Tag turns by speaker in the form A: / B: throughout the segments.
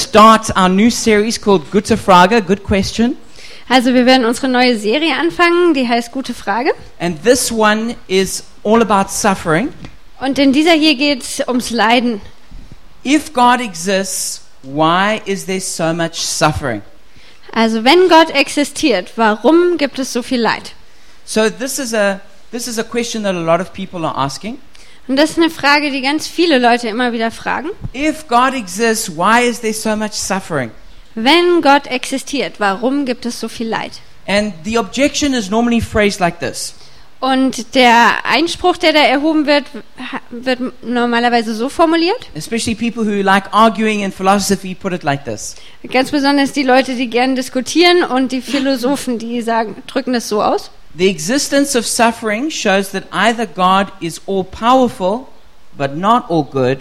A: start our new series called Gute Frage, Good Question.
B: Also wir werden unsere neue Serie anfangen, die heißt Gute Frage.
A: And this one is all about suffering.
B: Und in dieser hier geht es ums Leiden.
A: If God exists, why is there so much suffering?
B: Also wenn Gott existiert, warum gibt es so viel Leid?
A: So this is a this is a question that a lot of people are asking.
B: Und das ist eine Frage, die ganz viele Leute immer wieder fragen.
A: If God exists, why is there so much suffering?
B: Wenn Gott existiert, warum gibt es so viel Leid?
A: And the objection is normally phrased like this.
B: Und der Einspruch, der da erhoben wird, ha- wird normalerweise so formuliert.
A: Especially people who like arguing in philosophy put it like this.
B: Ganz besonders die Leute, die gerne diskutieren und die Philosophen, die sagen, drücken das so aus.
A: The existence of suffering shows that either God is all powerful but not all good,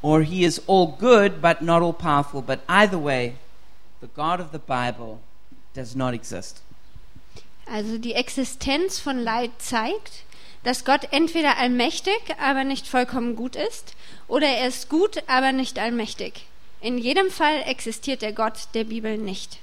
A: or he is all good but not all powerful. But either way, the God of the Bible does not exist.
B: Also die Existenz von Leid zeigt, dass Gott entweder allmächtig, aber nicht vollkommen gut ist, oder er ist gut, aber nicht allmächtig. In jedem Fall existiert der Gott der Bibel nicht.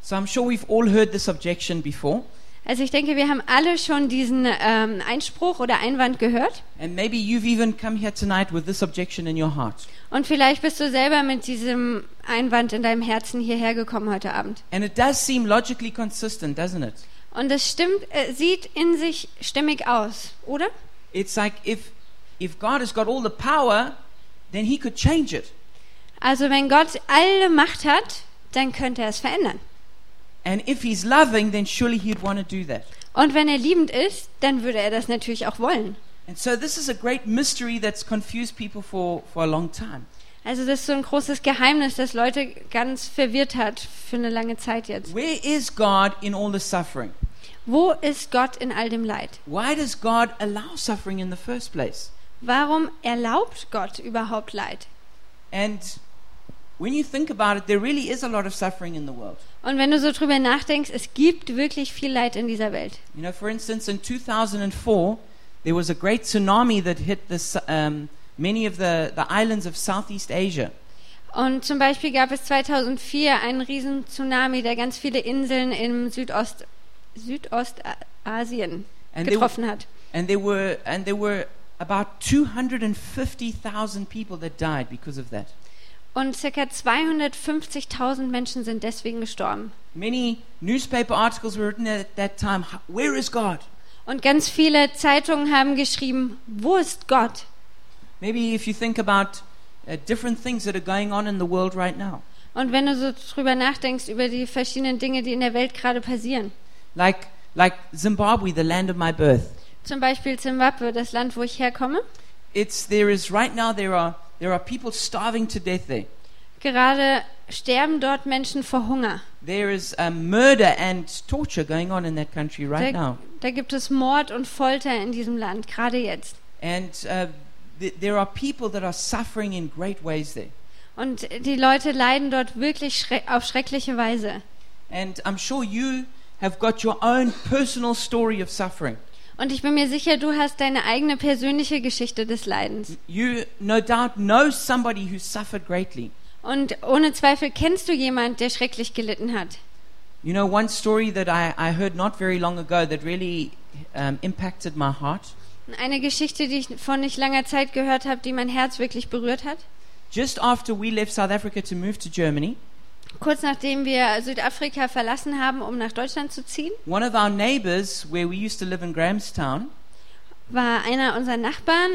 A: So I'm sure we've all heard this objection before,
B: Also ich denke, wir haben alle schon diesen ähm, Einspruch oder Einwand gehört.
A: and maybe you've even come here tonight with this objection in your heart.
B: Und vielleicht bist du selber mit diesem Einwand in deinem Herzen hierher gekommen heute Abend.
A: And it does seem logically consistent, doesn't it?
B: Und das stimmt, äh, sieht in sich stimmig aus, oder?
A: It's like if, if God has got all the power, then he could change it.
B: Also wenn Gott alle Macht hat, dann könnte er es verändern.
A: And if he's loving, then surely he'd want to do that.
B: Und wenn er liebend ist, dann würde er das natürlich auch wollen.
A: And so this is a great mystery that's confused people for, for a long time.
B: Also das ist so ein großes Geheimnis, das Leute ganz verwirrt hat für eine lange Zeit jetzt.
A: Where is God in all the suffering?
B: Wo ist Gott in all dem Leid?
A: Why does God allow suffering in the first place?
B: Warum erlaubt Gott überhaupt Leid?
A: And when you think about it, there really is a lot of suffering in the world.
B: Und wenn du so drüber nachdenkst, es gibt wirklich viel Leid in dieser Welt.
A: You know, for instance, in 2004, there was a great tsunami that hit the, su- um, many of the, the islands of Southeast Asia.
B: Und zum Beispiel gab es 2004 einen riesen Tsunami, der ganz viele Inseln im Südost, Südostasien
A: And there, w-
B: getroffen hat.
A: and, there were, and there were about 250,000 people that died because of that.
B: Und ca. 250.000 Menschen sind deswegen gestorben.
A: Many newspaper articles were written at that time. "H- Where is God?
B: Und ganz viele Zeitungen haben geschrieben, wo ist Gott?
A: Maybe if you think about uh, different things that are going on in the world right now,
B: Und wenn du so drüber nachdenkst, über die verschiedenen Dinge, die in der Welt gerade passieren.
A: like like Zimbabwe, the land of my birth.
B: Zum Beispiel Zimbabwe, das Land, wo ich herkomme.
A: It's there is right now there are there are people starving to death there.
B: Gerade sterben dort Menschen vor Hunger.
A: There is um, murder and torture going on in that country right
B: da,
A: now,
B: da gibt es Mord und Folter in diesem Land, gerade jetzt.
A: and uh, th- there are people that are suffering in great ways there.
B: Und die Leute leiden dort wirklich schre auf schreckliche Weise.
A: And I'm sure you have got your own personal story of suffering.
B: Und ich bin mir sicher, du hast deine eigene persönliche Geschichte des Leidens.
A: You no doubt know somebody who suffered greatly.
B: Und ohne Zweifel kennst du jemand, der schrecklich gelitten hat.
A: You know, one story that I, I heard not very long ago that really um, impacted my heart.
B: Eine Geschichte, die ich vor nicht langer Zeit gehört habe, die mein Herz wirklich berührt hat.
A: Just after we left South Africa to move to Germany,
B: Kurz nachdem wir Südafrika verlassen haben, um nach Deutschland zu ziehen,
A: one of our neighbors, where we used to live in Grahamstown,
B: war einer unserer Nachbarn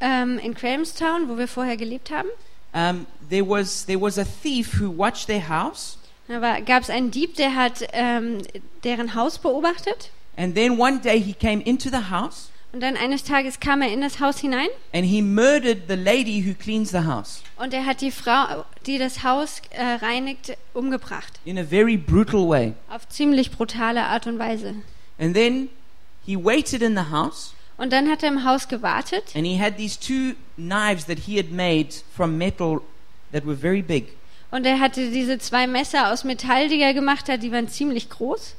B: ähm, in Grahamstown, wo wir vorher gelebt haben.
A: um, there, was, there was a thief who watched their house.
B: Da gab es einen Dieb, der hat ähm, deren Haus beobachtet.
A: And then one day he came into the house
B: Und dann eines Tages kam er in das Haus hinein
A: and he murdered the lady who cleans the house
B: und er hat die Frau, die das Haus äh, reinigt, umgebracht.
A: in a very brutal way.
B: Auf ziemlich brutale Art und Weise.
A: And then he waited in the house
B: Und dann hat er im Haus gewartet
A: and he had these two knives that he had made from metal that were very big.
B: Und er hatte diese zwei Messer aus Metall, die er gemacht hat, die waren ziemlich groß.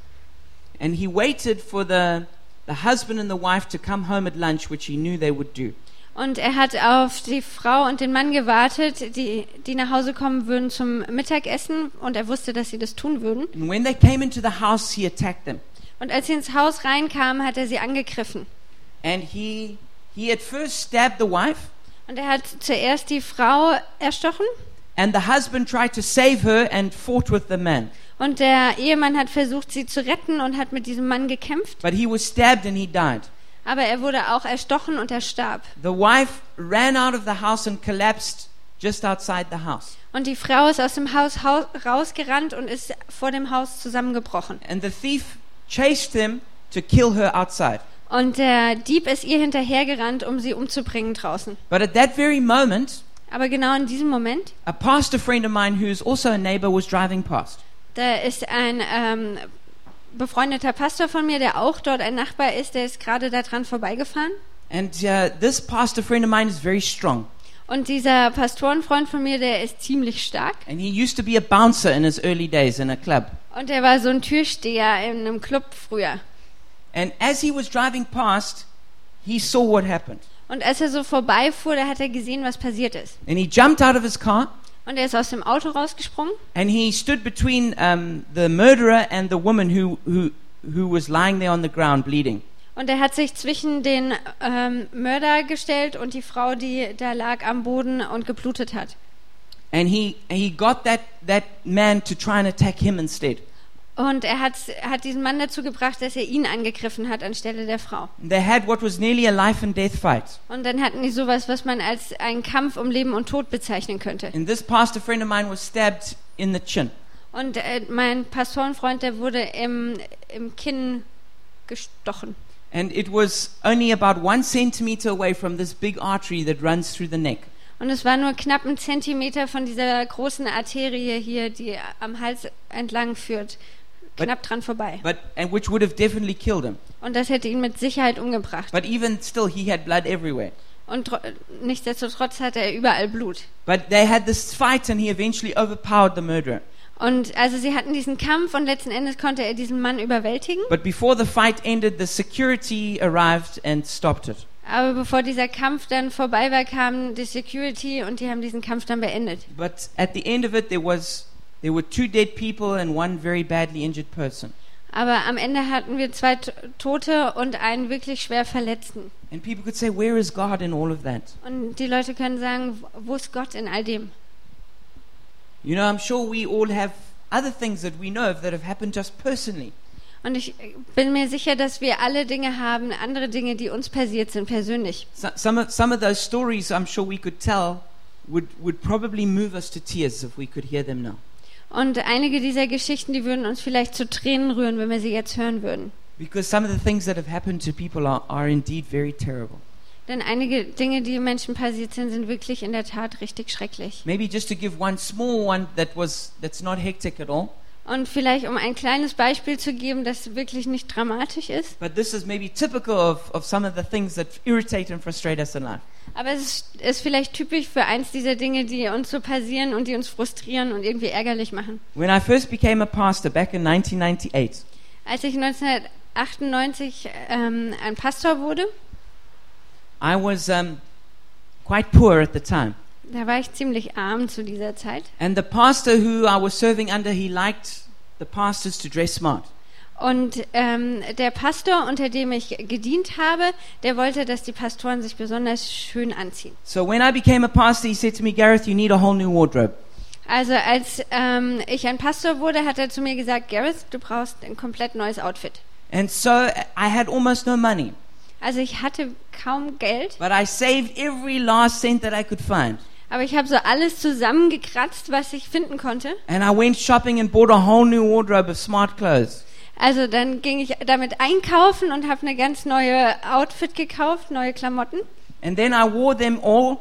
A: And he waited for the, the husband and the wife to come home at lunch, which he knew they would do.
B: Und er hat auf die Frau und den Mann gewartet, die, die nach Hause kommen würden zum Mittagessen. Und er wusste, dass sie das tun würden.
A: And when they came into the house, he attacked them.
B: Und als sie ins Haus reinkamen, hat er sie angegriffen.
A: And he, he at first stabbed the wife,
B: Und er hat zuerst die Frau erstochen.
A: and the husband tried to save her and fought with the man.
B: Und der Ehemann hat versucht, sie zu retten und hat mit diesem Mann gekämpft.
A: But he was stabbed and he died.
B: Aber er wurde auch erstochen und er starb.
A: The wife ran out of the house and collapsed just outside the house.
B: Und die Frau ist aus dem Haus hau- rausgerannt und ist vor dem Haus zusammengebrochen.
A: And the thief chased him to kill her outside.
B: Und der Dieb ist ihr hinterhergerannt, um sie umzubringen draußen.
A: But at that very moment,
B: Aber genau in diesem Moment,
A: a pastor friend of mine who's also a neighbor was driving past.
B: da ist ein ähm, befreundeter Pastor von mir, der auch dort ein Nachbar ist, der ist gerade da dran vorbeigefahren.
A: And uh, this pastor friend of mine is very strong.
B: Und dieser Pastorenfreund von mir, der ist ziemlich stark.
A: And he used to be a bouncer in his early days in a club.
B: Und der war so ein Türsteher in einem Club früher.
A: And as he was driving past, he saw what happened.
B: Und als er so vorbeifuhr, da hat er gesehen, was passiert ist.
A: And he jumped out of his car
B: Und er ist aus dem Auto rausgesprungen
A: and he stood between um, the murderer and the woman who, who, who was lying there on the ground bleeding.
B: und er hat sich zwischen den ähm, Mörder gestellt und die Frau, die da lag am Boden und geblutet hat.
A: And he, he got that, that man to try and attack him instead.
B: Und er hat, hat diesen Mann dazu gebracht, dass er ihn angegriffen hat anstelle der Frau.
A: They had what was nearly a life and death fight.
B: Und dann hatten die sowas, was man als einen Kampf um Leben und Tod bezeichnen könnte.
A: And this pastor friend of mine was stabbed in the chin.
B: Und äh, mein Pastorenfreund, der wurde im, im Kinn gestochen.
A: And it was only about one centimeter away from this big artery that runs through the neck.
B: Und es war nur knapp ein Zentimeter von dieser großen Arterie hier, die am Hals entlang führt,
A: But-
B: knapp dran vorbei.
A: But, and which would have definitely killed him.
B: Und das hätte ihn mit Sicherheit umgebracht.
A: But even still, he had blood everywhere.
B: Und tro- nichtsdestotrotz hatte er überall Blut.
A: But they had this fight, and he eventually overpowered the murderer.
B: Und also sie hatten diesen Kampf und letzten Endes konnte er diesen Mann überwältigen.
A: But before the fight ended, the security arrived and stopped it.
B: Aber bevor dieser Kampf dann vorbei war, kam die Security und die haben diesen Kampf dann beendet.
A: But at the end of it, there was there were two dead people and one very badly injured person.
B: Aber am Ende hatten wir zwei T- Tote und einen wirklich schwer Verletzten.
A: And people could say, "Where is God in all of that?"
B: Und die Leute können sagen, wo- wo ist Gott in all dem?
A: You know, I'm sure we all have other things that we know of that have happened just personally.
B: Und ich bin mir sicher, dass wir alle Dinge haben, andere Dinge, die uns passiert sind, persönlich.
A: So, some of some of those stories, I'm sure we could tell, would would probably move us to tears if we could hear them now,
B: Und einige dieser Geschichten, die würden uns vielleicht zu Tränen rühren, wenn wir sie jetzt hören würden.
A: because some of the things that have happened to people are, are indeed very terrible.
B: Denn einige Dinge, die Menschen passiert sind, sind wirklich in der Tat richtig schrecklich.
A: Maybe just to give one small one that was that's not hectic at all,
B: Und vielleicht, um ein kleines Beispiel zu geben, das wirklich nicht dramatisch ist,
A: but this is maybe typical of, of some of the things that irritate and frustrate us in life.
B: aber es ist- ist vielleicht typisch für eins dieser Dinge, die uns so passieren und die uns frustrieren und irgendwie ärgerlich machen.
A: When I first became a pastor back in 1998,
B: Als ich 1998 ähm, ein Pastor wurde,
A: I was um, quite poor at the time.
B: da war ich ziemlich arm zu dieser Zeit.
A: And the pastor who I was serving under, he liked the pastors to dress smart.
B: Und ähm, der Pastor, unter dem ich gedient habe, der wollte, dass die Pastoren sich besonders schön anziehen.
A: So when I became a pastor, he said to me, Gareth, you need a whole new wardrobe.
B: Also als ähm, ich ein Pastor wurde, hat er zu mir gesagt, Gareth, du brauchst ein komplett neues Outfit.
A: And so I had almost no money,
B: Also ich hatte kaum Geld,
A: but I saved every last cent that I could find.
B: aber ich habe so alles zusammengekratzt, was ich finden konnte.
A: And I went shopping and bought a whole new wardrobe of smart clothes.
B: Also dann ging ich damit einkaufen und habe eine ganz neue Outfit gekauft, neue Klamotten.
A: And then I wore them all,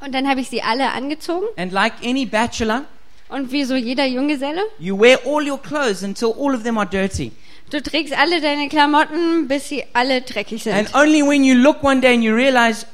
B: Und dann habe ich sie alle angezogen.
A: and like any bachelor,
B: Und wie so jeder Junggeselle,
A: you wear all your clothes until all of them are dirty.
B: du trägst alle deine Klamotten, bis sie alle dreckig sind.
A: And only when you look one day and you realize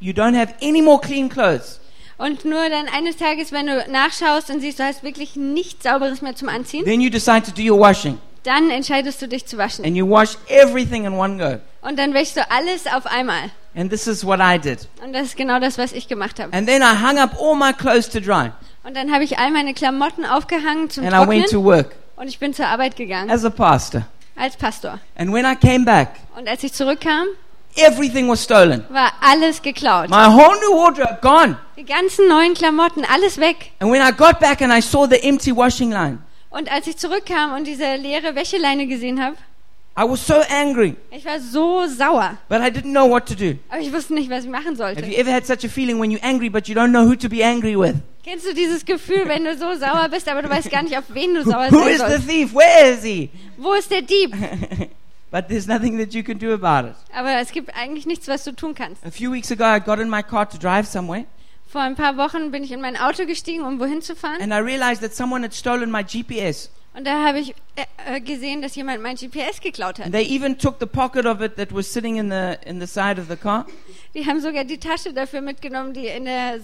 A: you don't have any more clean clothes,
B: Und nur dann eines Tages, wenn du nachschaust und siehst, du hast wirklich nichts Sauberes mehr zum Anziehen,
A: then you decide to do your washing.
B: dann entscheidest du dich zu waschen.
A: And you wash everything in one go.
B: Und dann wäschst du alles auf einmal.
A: And this is what I did.
B: Und das ist genau das, was ich gemacht habe.
A: And then I hung up all my clothes to dry.
B: Und dann habe ich all meine Klamotten aufgehangen zum
A: And I went to Also-
B: Trocknen
A: work
B: und ich bin zur Arbeit gegangen
A: as a pastor.
B: als Pastor.
A: And when I came back,
B: Und als ich zurückkam,
A: everything was stolen.
B: war alles geklaut.
A: My whole new wardrobe gone.
B: Die ganzen neuen Klamotten, alles weg.
A: And when I got back and I saw the empty washing line,
B: Und als ich zurückkam und diese leere Wäscheleine gesehen habe,
A: I was so angry,
B: ich war so sauer.
A: but I didn't know what to do.
B: Aber ich wusste nicht, was ich machen sollte.
A: Have you ever had such a feeling when you're angry but you don't know who to be angry with?
B: Kennst du dieses Gefühl, wenn du so sauer bist, aber du weißt gar nicht, auf wen du sauer
A: Who
B: sein
A: is the
B: sollst?
A: thief? Where is he?
B: Wo ist der Dieb?
A: but there's nothing that you can do about it.
B: Aber es gibt eigentlich nichts, was du tun kannst.
A: A few weeks ago, I got in my car to drive somewhere
B: Vor ein paar Wochen bin ich in mein Auto gestiegen, um wohin zu fahren.
A: and I realized that someone had stolen my GPS.
B: Und da habe ich äh, äh, gesehen, dass jemand mein GPS geklaut
A: And
B: hat.
A: they even took the pocket of it that was sitting in the, in the side of the car.
B: Die haben sogar die Tasche dafür mitgenommen, die in der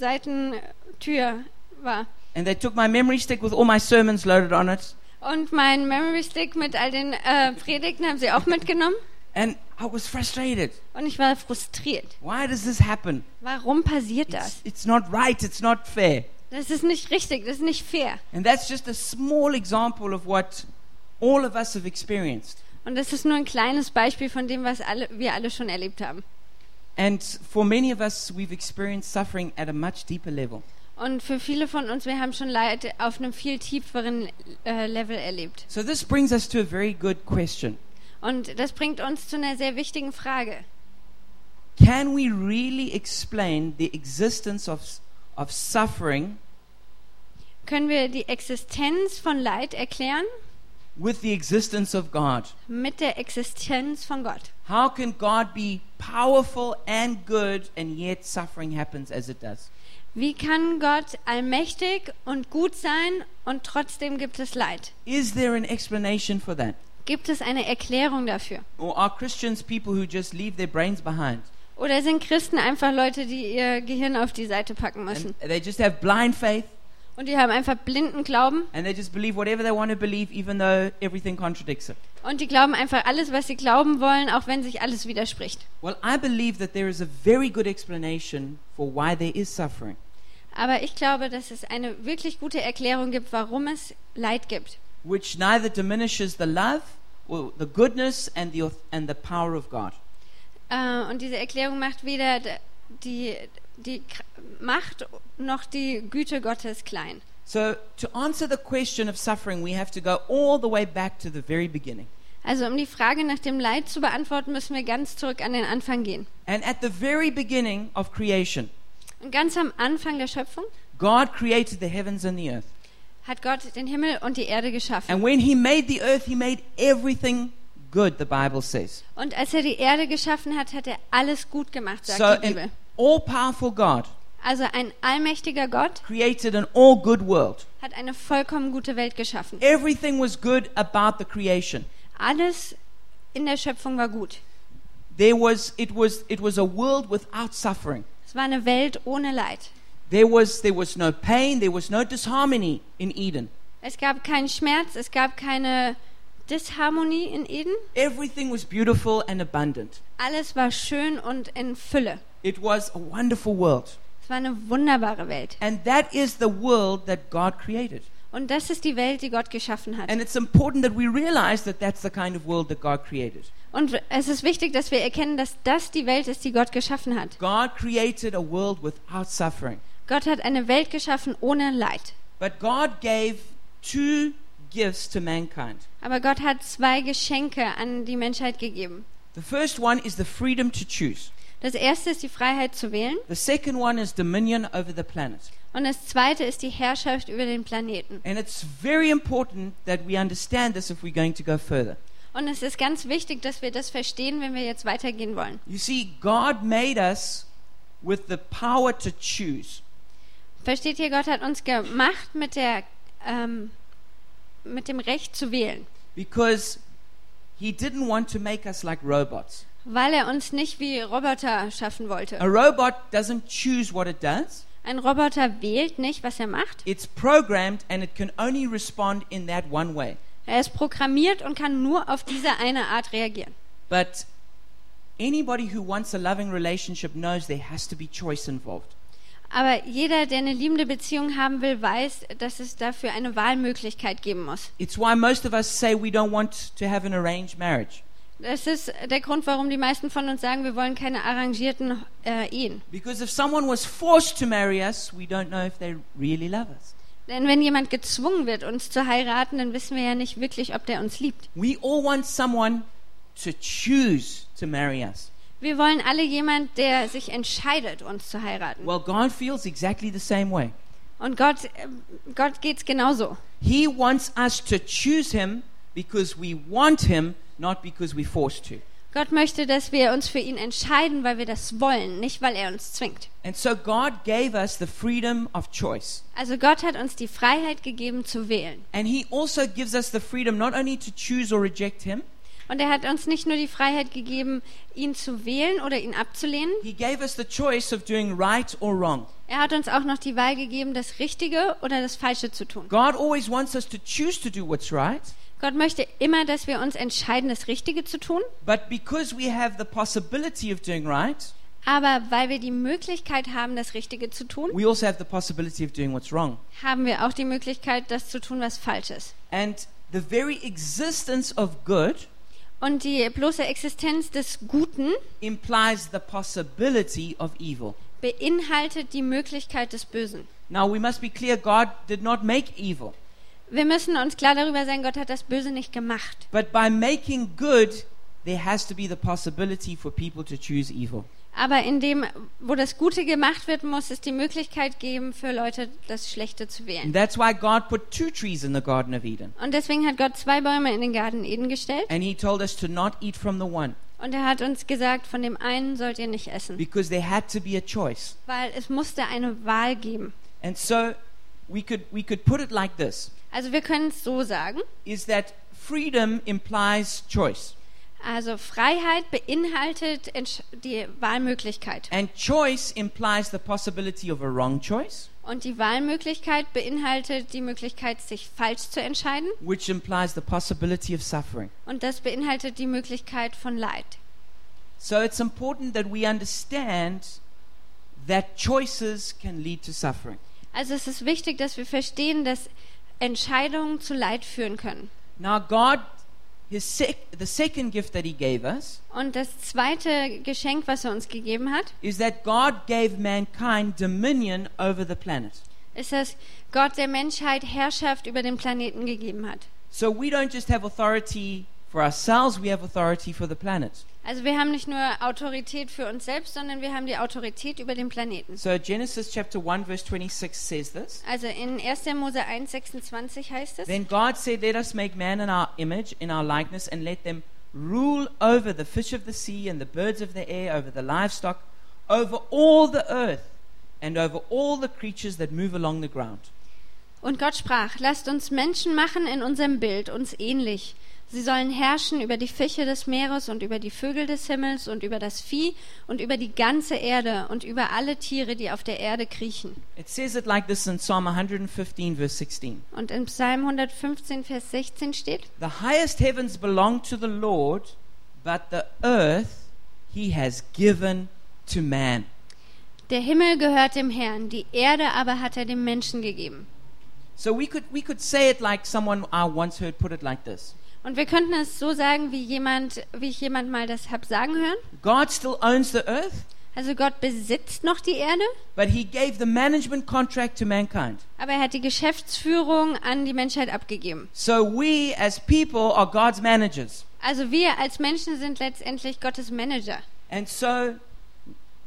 B: Seitentür war.
A: And they took my memory stick with all my sermons loaded on it.
B: Und meinen Memory Stick mit all den äh, Predigten haben sie auch mitgenommen.
A: And I was frustrated.
B: Und ich war frustriert.
A: Why does this happen?
B: Warum passiert
A: It's,
B: das?
A: it's not right. It's not fair.
B: Das ist nicht richtig, das ist nicht fair.
A: And that's just a small example of what all of us have experienced.
B: Und das ist nur ein kleines Beispiel von dem, was alle, wir alle schon erlebt haben.
A: And for many of us, we've experienced suffering at a much deeper level.
B: Und für viele von uns, wir haben schon Leid auf einem viel tieferen äh, Level erlebt.
A: So this brings us to a very good question.
B: Und das bringt uns zu einer sehr wichtigen Frage.
A: Can we really explain the existence of, s- of suffering
B: Können wir die Existenz von Leid erklären
A: with the existence of God?
B: mit der Existenz von Gott?
A: How can God be powerful and good and yet suffering happens as it does?
B: Wie kann Gott allmächtig und gut sein und trotzdem gibt es Leid?
A: Is there an explanation for that?
B: Gibt es eine Erklärung dafür?
A: Or are Christians people who just leave their brains behind?
B: Oder sind Christen einfach Leute, die ihr Gehirn auf die Seite packen
A: And
B: müssen?
A: they just have blind faith
B: Und die haben einfach blinden Glauben
A: and they just believe whatever they want to believe, even though everything contradicts it.
B: und die glauben einfach alles, was sie glauben wollen, auch wenn sich alles widerspricht.
A: Well, I believe that there is a very good explanation for why there is suffering.
B: Aber ich glaube, dass es eine wirklich gute Erklärung gibt, warum es Leid gibt,
A: which neither diminishes the love or the goodness and the auth- and the power of God.
B: Äh, und diese Erklärung macht weder d- die, die K- Macht noch die Güte Gottes klein.
A: So to answer the question of suffering, we have to go all the way back to the very beginning.
B: Also um die Frage nach dem Leid zu beantworten, müssen wir ganz zurück an den Anfang gehen.
A: And at the very beginning of creation,
B: Und ganz am Anfang der Schöpfung
A: God created the heavens and the earth.
B: hat Gott den Himmel und die Erde geschaffen.
A: And when he made the earth, he made everything good, the Bible says.
B: Und als er die Erde geschaffen hat, hat er alles gut gemacht, sagt
A: So
B: die Bibel.
A: an all-powerful God
B: Also ein allmächtiger Gott
A: created an all-good world.
B: hat eine vollkommen gute Welt geschaffen.
A: Everything was good about the creation.
B: Alles in der Schöpfung war gut.
A: There was it was it was a world without suffering.
B: Es war eine Welt ohne Leid.
A: There was, there was no pain, there was no disharmony in Eden.
B: Es gab keinen Schmerz, es gab keine Disharmonie in Eden.
A: Everything was beautiful and abundant.
B: Alles war schön und in Fülle.
A: It was a wonderful world.
B: Es war eine wunderbare Welt.
A: And that is the world that God created.
B: Und das ist die Welt, die Gott geschaffen hat.
A: And it's important that we realize that that's the kind of world that God created.
B: Und es ist wichtig, dass wir erkennen, dass das die Welt ist, die Gott geschaffen hat.
A: God created a world without suffering.
B: Gott hat eine Welt geschaffen ohne Leid.
A: But God gave two gifts to mankind.
B: Aber Gott hat zwei Geschenke an die Menschheit gegeben.
A: The first one is the freedom to choose.
B: Das erste ist die Freiheit zu wählen
A: The second one is dominion over the planet.
B: und das zweite ist die Herrschaft über den Planeten.
A: And it's very important that we understand this if we're going to go further.
B: Und es ist ganz wichtig, dass wir das verstehen, wenn wir jetzt weitergehen wollen.
A: You see, God made us with the power to choose.
B: Versteht ihr, Gott hat uns gemacht mit der ähm, mit dem Recht zu wählen,
A: Because he didn't want to make us like robots.
B: weil er uns nicht wie Roboter schaffen wollte.
A: A robot doesn't choose what it does,
B: Ein Roboter wählt nicht, was er macht.
A: it's programmed and it can only respond in that one way.
B: Er ist programmiert und kann nur auf diese eine Art reagieren.
A: But anybody who wants a loving relationship knows there has to be choice involved.
B: Aber jeder, der eine liebende Beziehung haben will, weiß, dass es dafür eine Wahlmöglichkeit geben muss.
A: It's why most of us say we don't want to have an arranged marriage
B: Das ist der Grund, warum die meisten von uns sagen, wir wollen keine arrangierten äh, Ehen.
A: because if someone was forced to marry us, we don't know if they really love us.
B: Denn wenn jemand gezwungen wird, uns zu heiraten, dann wissen wir ja nicht wirklich, ob der uns liebt.
A: We all want someone to choose to marry us.
B: Wir wollen alle jemand, der sich entscheidet, uns zu heiraten.
A: Well, God feels exactly the same way.
B: Und Gott, äh, Gott geht's genauso.
A: He wants us to choose him because we want him, not because we're forced to.
B: Gott möchte, dass wir uns für ihn entscheiden, weil wir das wollen, nicht weil er uns zwingt.
A: And so God gave us the freedom of choice.
B: Also Gott hat uns die Freiheit gegeben zu wählen.
A: And he also gives us the freedom not only to choose or reject him,
B: Und er hat uns nicht nur die Freiheit gegeben, ihn zu wählen oder ihn abzulehnen,
A: he gave us the choice of doing right or wrong.
B: er hat uns auch noch die Wahl gegeben, das Richtige oder das Falsche zu tun.
A: God always wants us to choose to do what's right,
B: Gott möchte immer, dass wir uns entscheiden, das Richtige zu tun,
A: but because we have the possibility of doing right,
B: aber weil wir die Möglichkeit haben, das Richtige zu tun,
A: we also have the possibility of doing what's wrong.
B: haben wir auch die Möglichkeit, das zu tun, was falsch ist.
A: And the very existence of good
B: Und die bloße Existenz des Guten
A: implies the possibility of evil.
B: beinhaltet die Möglichkeit des Bösen.
A: Now we must be clear God did not make evil,
B: Wir müssen uns klar darüber sein, Gott hat das Böse nicht gemacht.
A: but by making good, there has to be the possibility for people to choose evil.
B: Aber in dem, wo das Gute gemacht wird, muss es die Möglichkeit geben, für Leute das Schlechte zu wählen.
A: And that's why God put two trees in the Garden of Eden.
B: Und deswegen hat Gott zwei Bäume in den Garten Eden gestellt
A: And he told us to not eat from the one
B: und er hat uns gesagt, von dem einen sollt ihr nicht essen,
A: because there had to be a choice.
B: weil es musste eine Wahl geben.
A: And so we could we could put it like this
B: Also wir können es so sagen,
A: is that freedom implies choice.
B: also Freiheit beinhaltet Entsch- die Wahlmöglichkeit
A: And choice implies the possibility of a wrong choice,
B: und die Wahlmöglichkeit beinhaltet die Möglichkeit, sich falsch zu entscheiden
A: which implies the possibility of suffering.
B: und das beinhaltet die Möglichkeit von Leid.
A: So it's important that we understand that choices can lead to suffering.
B: Also es ist wichtig, dass wir verstehen, dass Entscheidungen zu Leid führen können.
A: Now God his sec- the second gift that he gave us
B: Und das zweite Geschenk, was er uns gegeben hat,
A: is that God gave mankind dominion over the planet.
B: ist, dass Gott der Menschheit Herrschaft über den Planeten gegeben hat.
A: So we don't just have authority for ourselves, we have authority for the planet.
B: Also wir haben nicht nur Autorität für uns selbst, sondern wir haben die Autorität über den Planeten.
A: So Genesis chapter 1 verse 26 says this.
B: Also in 1. Mose 1, 26 heißt es,
A: Then God said, Let us make man in our image, in our likeness, and let them rule over the fish of the sea and the birds of the air, over the livestock, over all the earth, and over all the creatures that move along the ground.
B: Und Gott sprach, lasst uns Menschen machen in unserem Bild, uns ähnlich. Sie sollen herrschen über die Fische des Meeres und über die Vögel des Himmels und über das Vieh und über die ganze Erde und über alle Tiere, die auf der Erde kriechen.
A: It says it like this in Psalm 115, verse 16.
B: Und in Psalm 115, Vers 16 steht,
A: The highest heavens belong to the Lord, but the earth he has given to man.
B: der Himmel gehört dem Herrn, die Erde aber hat er dem Menschen gegeben.
A: So we could, we could say it like someone I once heard put it like this
B: Und wir könnten es so sagen, wie jemand, wie ich jemand mal das hab sagen hören.
A: God still owns the earth.
B: Also Gott besitzt noch die Erde,
A: But he gave the management contract to mankind.
B: aber er hat die Geschäftsführung an die Menschheit abgegeben.
A: So we as people are God's managers.
B: Also wir als Menschen sind letztendlich Gottes Manager.
A: And so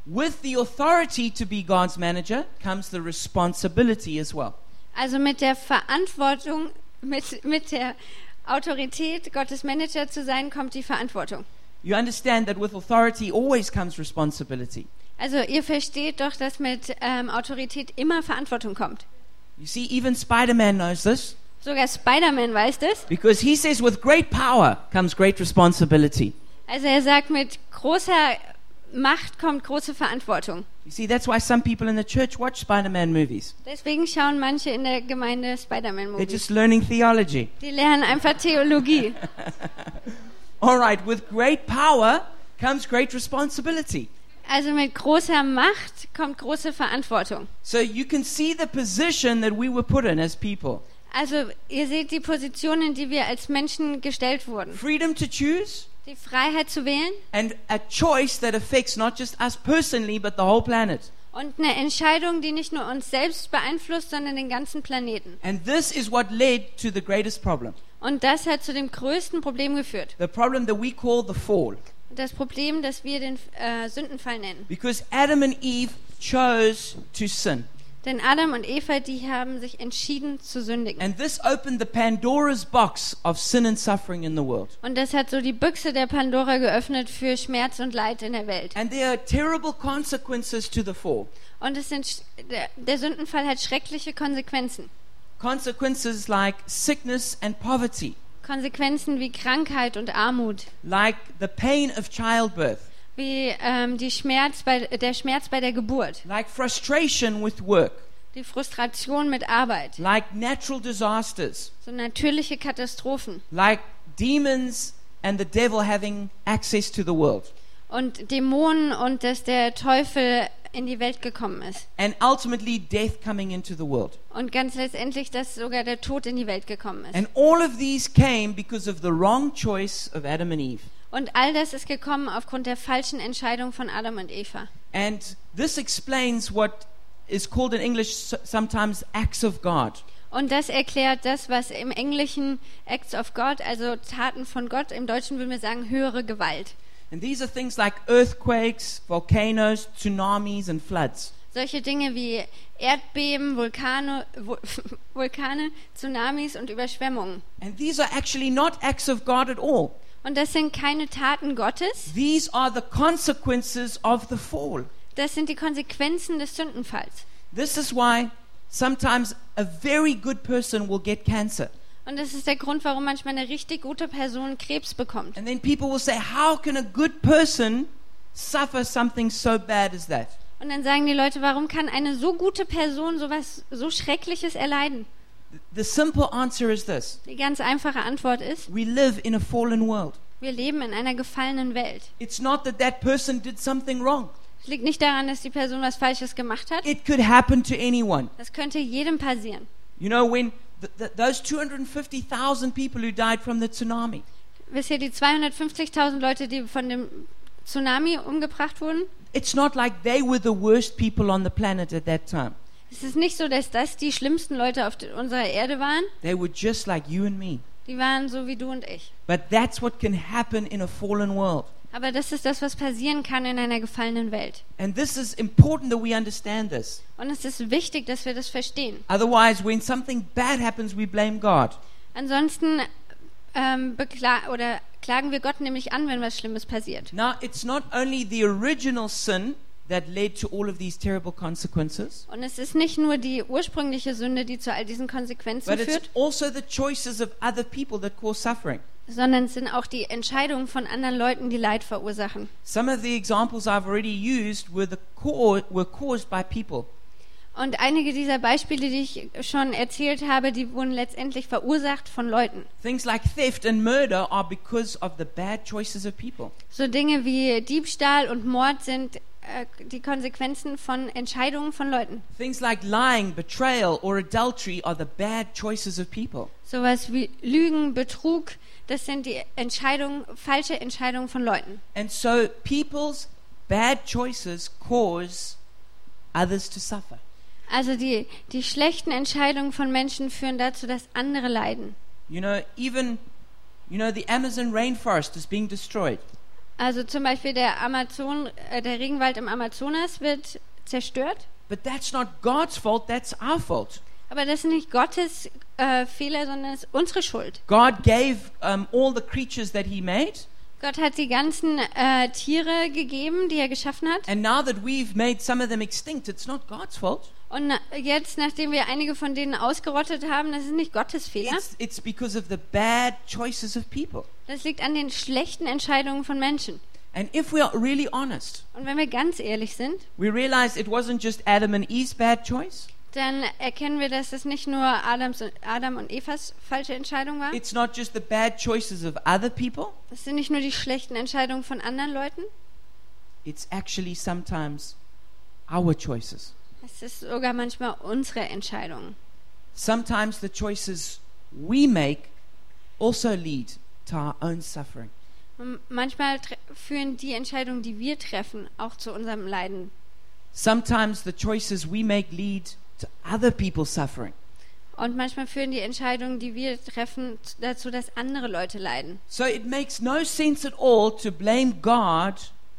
A: with the authority to be God's manager comes the responsibility as well.
B: Also mit der Verantwortung, mit, mit der Autorität, Gottes Manager zu sein, kommt die Verantwortung.
A: You understand that with authority always comes responsibility.
B: Also ihr versteht doch, dass mit ähm, Autorität immer Verantwortung kommt.
A: You see, even Spider Man knows this
B: Sogar Spider-Man weiß das.
A: because he says, with great power comes great responsibility.
B: Also er sagt, mit großer Macht kommt große Verantwortung.
A: You see, that's why some people in the church watch Spider Man movies.
B: Deswegen schauen manche in der Gemeinde
A: They're
B: Spider-Man-Movies.
A: just learning theology.
B: Die lernen einfach Theologie.
A: All right, with great power comes great responsibility.
B: Also mit großer Macht kommt große Verantwortung.
A: So you can see the position that we were put in as people
B: Also ihr seht die Positionen, in die wir als Menschen gestellt wurden.
A: freedom to choose
B: Die Freiheit zu wählen
A: and a choice that affects not just us personally, but the whole planet.
B: und eine Entscheidung, die nicht nur uns selbst beeinflusst, sondern den ganzen Planeten.
A: And this is what led to the greatest problem
B: Und das hat zu dem größten Problem geführt.
A: the problem that we call the fall.
B: Das Problem, das wir den äh, Sündenfall nennen.
A: Because Adam and Eve chose to sin.
B: Denn Adam und Eva, die haben sich entschieden zu sündigen.
A: And this opened the Pandora's box of sin and suffering in the world.
B: Und das hat so die Büchse der Pandora geöffnet für Schmerz und Leid in der Welt.
A: And there are terrible consequences to the fall.
B: Und es sind, sch- der, der Sündenfall hat schreckliche Konsequenzen.
A: Consequences like sickness and poverty,
B: Konsequenzen wie Krankheit und Armut,
A: like the pain of childbirth,
B: wie ähm, die Schmerz bei, der Schmerz bei der Geburt,
A: like frustration with work,
B: die Frustration mit Arbeit,
A: like natural disasters,
B: so natürliche Katastrophen
A: like demons and the devil having access to the world.
B: und Dämonen und dass der Teufel in die Welt gekommen ist.
A: And ultimately, death coming into the world.
B: Und ganz letztendlich, dass sogar der Tod in die Welt gekommen ist.
A: And all of these came because of the wrong choice of Adam and Eve.
B: Und all das ist gekommen aufgrund der falschen Entscheidung von Adam und Eva.
A: And this explains what is called in English s- sometimes acts of God.
B: Und das erklärt das, was im Englischen Acts of God, also Taten von Gott, im Deutschen würden wir sagen höhere Gewalt.
A: And these are things like earthquakes, volcanoes, tsunamis, and floods.
B: Solche Dinge wie Erdbeben, Vulkane, Vul- Vulkane, Tsunamis und Überschwemmungen.
A: And these are actually not acts of God at all.
B: Und das sind keine Taten Gottes,
A: These are the consequences of the fall.
B: das sind die Konsequenzen des Sündenfalls.
A: This is why sometimes a very good person will get cancer.
B: Und das ist der Grund, warum manchmal eine richtig gute Person Krebs bekommt.
A: And then people will say, How can a good person suffer something so bad as that?
B: Und dann sagen die Leute, warum kann eine so gute Person sowas so Schreckliches erleiden?
A: The simple answer is this
B: Die ganz einfache Antwort ist,
A: we live in a fallen world.
B: wir leben in einer gefallenen Welt.
A: It's not that that person did something wrong.
B: Es liegt nicht daran, dass die Person was Falsches gemacht hat.
A: It could happen to anyone.
B: Das könnte jedem passieren.
A: You know, when th- th- those 250,000 people who died from the tsunami,
B: Wisst ihr, die 250.000 Leute, die von dem Tsunami umgebracht wurden,
A: it's not like they were the worst people on the planet at that time.
B: es ist nicht so, dass das die schlimmsten Leute auf de- unserer Erde waren.
A: They were just like you and me.
B: Die waren so wie du und ich.
A: But that's what can happen in a fallen world.
B: Aber das ist das, was passieren kann in einer gefallenen Welt.
A: And this is important that we understand this.
B: Und es ist wichtig, dass wir das verstehen.
A: Otherwise, when something bad happens, we blame God.
B: Ansonsten ähm, bekla oder klagen wir Gott nämlich an, wenn was Schlimmes passiert.
A: Now, it's not only the original sin that led to all of these terrible consequences,
B: Und es ist nicht nur die ursprüngliche Sünde, die zu all diesen Konsequenzen
A: but it's
B: führt,
A: also the choices of other people that cause suffering.
B: sondern es sind auch die Entscheidungen von anderen Leuten, die Leid verursachen.
A: Some of the examples I've already used were, the cau- were caused by people.
B: Und einige dieser Beispiele, die ich schon erzählt habe, die wurden letztendlich verursacht von Leuten.
A: Things like theft and murder are because of the bad choices of people.
B: So Dinge wie Diebstahl und Mord sind äh, die Konsequenzen von Entscheidungen von Leuten.
A: Things like lying, betrayal, or adultery are the bad choices of people.
B: Sowas wie Lügen, Betrug, das sind die Entscheidungen, falsche Entscheidungen von Leuten.
A: And so people's bad choices cause others to suffer.
B: Also die, die schlechten Entscheidungen von Menschen führen dazu, dass andere leiden.
A: You know, even you know the Amazon rainforest is being destroyed.
B: Also zum Beispiel der Amazon, äh, der Regenwald im Amazonas wird zerstört.
A: But that's not God's fault, that's our fault.
B: Aber das ist nicht Gottes äh, Fehler, sondern es ist unsere Schuld.
A: God gave um, all the creatures that He made,
B: Gott hat die ganzen äh, Tiere gegeben, die er geschaffen hat.
A: and now that we've made some of them extinct, it's not God's fault.
B: Und na- jetzt, nachdem wir einige von denen ausgerottet haben, das ist nicht Gottes Fehler.
A: It's, it's because of the bad choices of people.
B: Das liegt an den schlechten Entscheidungen von Menschen.
A: And if we are really honest,
B: Und wenn wir ganz ehrlich sind,
A: we realize it wasn't just Adam and Eve's bad choice,
B: dann erkennen wir, dass es nicht nur Adams und, Adam und Evas falsche Entscheidung war.
A: It's not just the bad choices of other people,
B: Es sind nicht nur die schlechten Entscheidungen von anderen Leuten,
A: it's actually sometimes our choices.
B: es ist sogar manchmal unsere Entscheidung.
A: Sometimes the choices we make also lead to our own suffering.
B: Und manchmal tre- führen die Entscheidungen, die wir treffen, auch zu unserem Leiden.
A: Sometimes the choices we make lead to other people's suffering.
B: Und manchmal führen die Entscheidungen, die wir treffen, z- dazu, dass andere Leute leiden.
A: So it makes no sense at all to blame God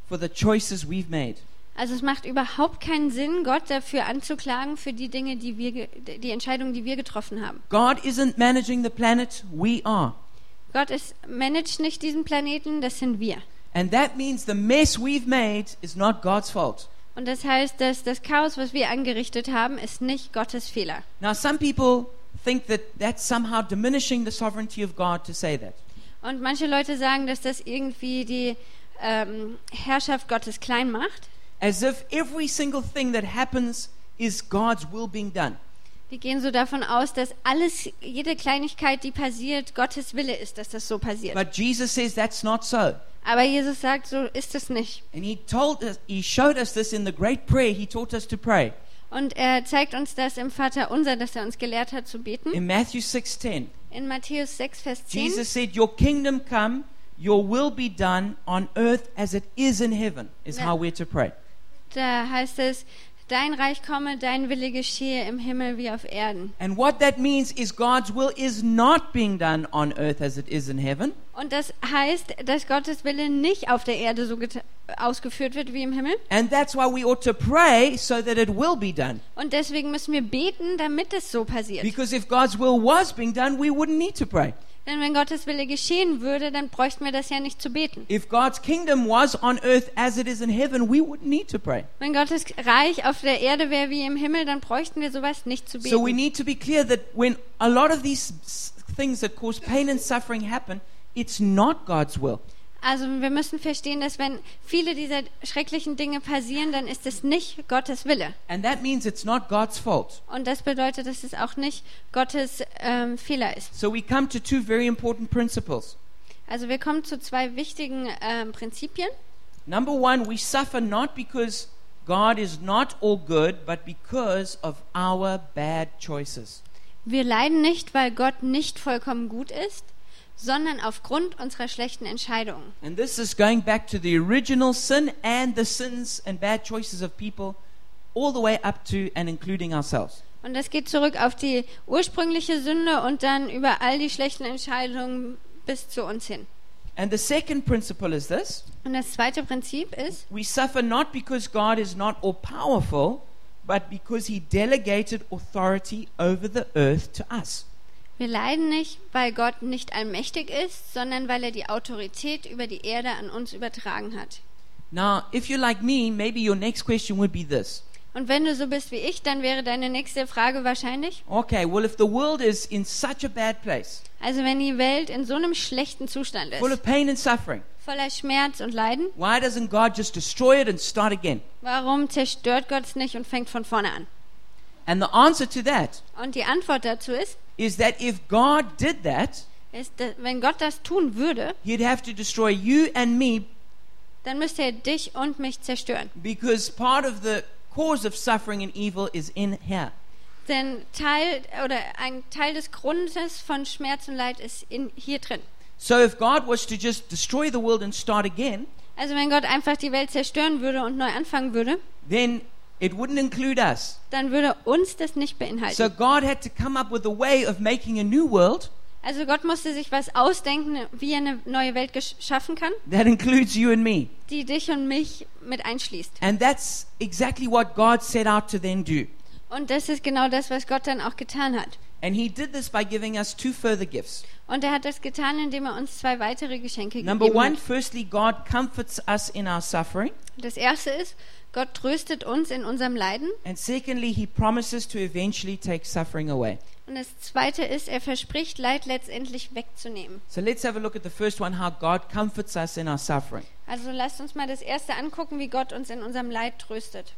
A: for the choices we've made.
B: Also es macht überhaupt keinen Sinn, Gott dafür anzuklagen für die Dinge, die wir, ge- die Entscheidungen, die wir getroffen haben.
A: God isn't managing the planet, we are.
B: Gott ist, managt nicht diesen Planeten, das sind wir.
A: And that means the mess we've made is not God's fault.
B: Und das heißt, dass das Chaos, was wir angerichtet haben, ist nicht Gottes Fehler.
A: Now, some people think that that's somehow diminishing the sovereignty of God to say that.
B: Und manche Leute sagen, dass das irgendwie die ähm, Herrschaft Gottes klein macht.
A: As if every single thing that happens is God's will being done.
B: Die gehen so davon aus, dass alles, jede Kleinigkeit, die passiert, Gottes Wille ist, dass das so passiert.
A: But Jesus says that's not so.
B: Aber Jesus sagt, so ist es nicht.
A: And he told us, he showed us this in the great prayer he taught us to pray
B: Und er zeigt uns das im Vater unser, dass er uns gelehrt hat zu beten.
A: in Matthew 6:10.
B: In Matthäus 6, Vers 10.
A: Jesus said, "Your kingdom come, your will be done on earth as it is in heaven." Is
B: Yeah.
A: how we're to pray.
B: Da heißt es, dein Reich komme, dein Wille geschehe im Himmel wie auf Erden.
A: And what that means is God's will is not being done on earth as it is in heaven.
B: Und das heißt, dass Gottes Wille nicht auf der Erde so geta- ausgeführt wird wie im Himmel.
A: And that's why we ought to pray so that it will be done.
B: Und deswegen müssen wir beten, damit es so passiert.
A: Because if God's will was being done, we wouldn't need to pray.
B: Denn wenn Gottes Wille geschehen würde, dann bräuchten wir das ja nicht zu beten.
A: If God's kingdom was on earth as it is in heaven, we wouldn't need to pray.
B: Wenn Gottes Reich auf der Erde wäre wie im Himmel, dann bräuchten wir sowas nicht zu
A: So we
B: beten.
A: need to be clear that when a lot of these s- things that cause pain and suffering happen, it's not God's will.
B: Also wir müssen verstehen, dass wenn viele dieser schrecklichen Dinge passieren, dann ist es nicht Gottes Wille.
A: And that means it's not God's fault.
B: Und das bedeutet, dass es auch nicht Gottes ähm, Fehler ist.
A: So we come to two very important principles.
B: Also wir kommen zu zwei wichtigen ähm, Prinzipien.
A: Number one, we suffer not because God is not all good, but because of our bad choices.
B: Wir leiden nicht, weil Gott nicht vollkommen gut ist, sondern aufgrund unserer schlechten Entscheidungen.
A: And this is going back to the original sin and the sins and bad choices of people, all the way up to and including ourselves.
B: Und das geht zurück auf die ursprüngliche Sünde und dann über all die schlechten Entscheidungen bis zu uns hin.
A: And the second principle is this
B: Und das zweite Prinzip ist,
A: we suffer not because God is not all powerful, but because he delegated authority over the earth to us.
B: wir leiden nicht, weil Gott nicht allmächtig ist, sondern weil er die Autorität über die Erde an uns übertragen hat.
A: Now, if you're like me, maybe your next question would be this
B: Und wenn du so bist wie ich, dann wäre deine nächste Frage wahrscheinlich,
A: Okay, well, if the world is in such a bad place,
B: also wenn die Welt in so einem schlechten Zustand
A: full
B: ist,
A: of pain and suffering,
B: voller Schmerz und Leiden,
A: why doesn't God just destroy it and start again?
B: warum zerstört Gott es nicht und fängt von vorne an?
A: And the answer to that
B: Und die Antwort dazu ist,
A: is that if God did that,
B: ist, dass wenn Gott das tun würde,
A: he'd have to destroy you and me
B: dann müsste er dich und mich zerstören.
A: because part of the cause of suffering and evil is in here.
B: Denn Teil oder ein Teil des Grundes von Schmerz und Leid ist in, hier drin.
A: So if God was to just destroy the world and start again,
B: Also wenn Gott einfach die Welt zerstören würde und neu anfangen würde,
A: then it wouldn't include us.
B: dann würde uns das nicht
A: So
B: beinhalten.
A: God had to come up with a way of making a new world
B: Also Gott musste sich was ausdenken, wie er eine neue Welt gesch- schaffen kann,
A: that includes you and me.
B: die dich und mich mit einschließt.
A: And that's exactly what God set out to then do.
B: Und das ist genau das, was Gott dann auch getan hat.
A: And he did this by giving us two further gifts.
B: Und er hat das getan, indem er uns zwei weitere Geschenke
A: Number
B: gegeben
A: one,
B: hat.
A: firstly, God comforts us in our suffering.
B: Das erste ist, Gott tröstet uns in unserem Leiden.
A: And secondly, he promises to eventually take suffering away.
B: Und das zweite ist, er verspricht, Leid letztendlich wegzunehmen.
A: So let's have a look at the first one how God comforts us in our suffering.
B: Also lasst uns mal das erste angucken, wie Gott uns in unserem Leid tröstet.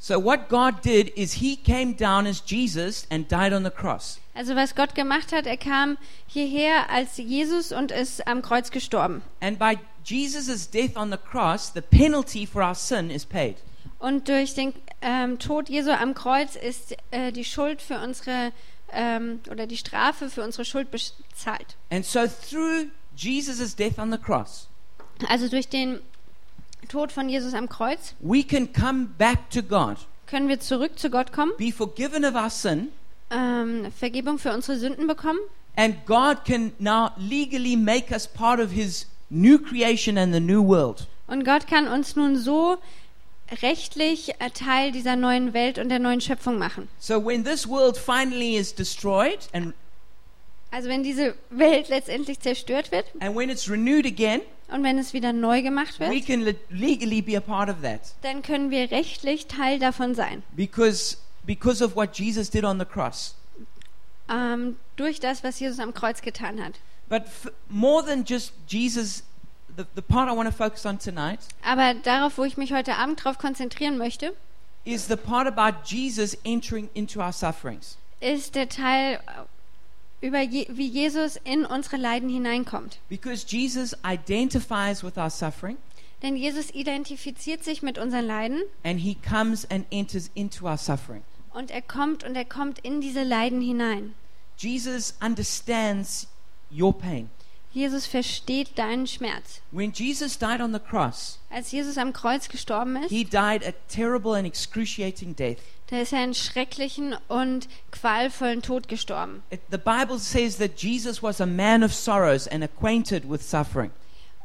A: So, what God did is He came down as Jesus and died on the cross.
B: Also was Gott gemacht hat, er kam hierher als Jesus und ist am Kreuz gestorben.
A: And by Jesus' death on the cross, the penalty for our sin is paid.
B: Und durch den ähm, Tod Jesu am Kreuz ist äh, die Schuld für unsere ähm, oder die Strafe für unsere Schuld bezahlt.
A: And so, through Jesus' death on the cross,
B: Also durch den Tod von Jesus am Kreuz
A: we can come back to God,
B: können wir zurück zu Gott kommen,
A: be forgiven of our sin,
B: ähm, Vergebung für unsere Sünden bekommen
A: and God can now legally make us part of His new creation and the new world.
B: und Gott kann uns nun so rechtlich äh, Teil dieser neuen Welt und der neuen Schöpfung machen.
A: So, when this world finally is destroyed and,
B: Also wenn diese Welt letztendlich zerstört wird
A: and when it's renewed again,
B: und wenn es wieder neu gemacht
A: we
B: wird,
A: can le- legally be a part of that.
B: dann können wir rechtlich Teil davon sein.
A: because because of what Jesus did on the cross.
B: Ähm, durch das, was Jesus am Kreuz getan hat.
A: But f- more than just Jesus, the, the part I want to focus on tonight
B: Aber darauf, wo ich mich heute Abend darauf konzentrieren möchte,
A: is the part about Jesus entering into our sufferings.
B: ist der Teil äh, über Je wie Jesus in unsere Leiden hineinkommt.
A: Because Jesus identifies with our suffering
B: Denn Jesus identifiziert sich mit unseren Leiden
A: and he comes and enters into our suffering.
B: und er kommt und er kommt in diese Leiden hinein.
A: Jesus understands your pain.
B: Jesus versteht deinen Schmerz.
A: When Jesus died on the cross,
B: Als Jesus am Kreuz gestorben ist,
A: he died a terrible and excruciating death.
B: da ist er einen schrecklichen und qualvollen Tod gestorben.
A: It, the Bible says that Jesus was a man of sorrows and acquainted with suffering.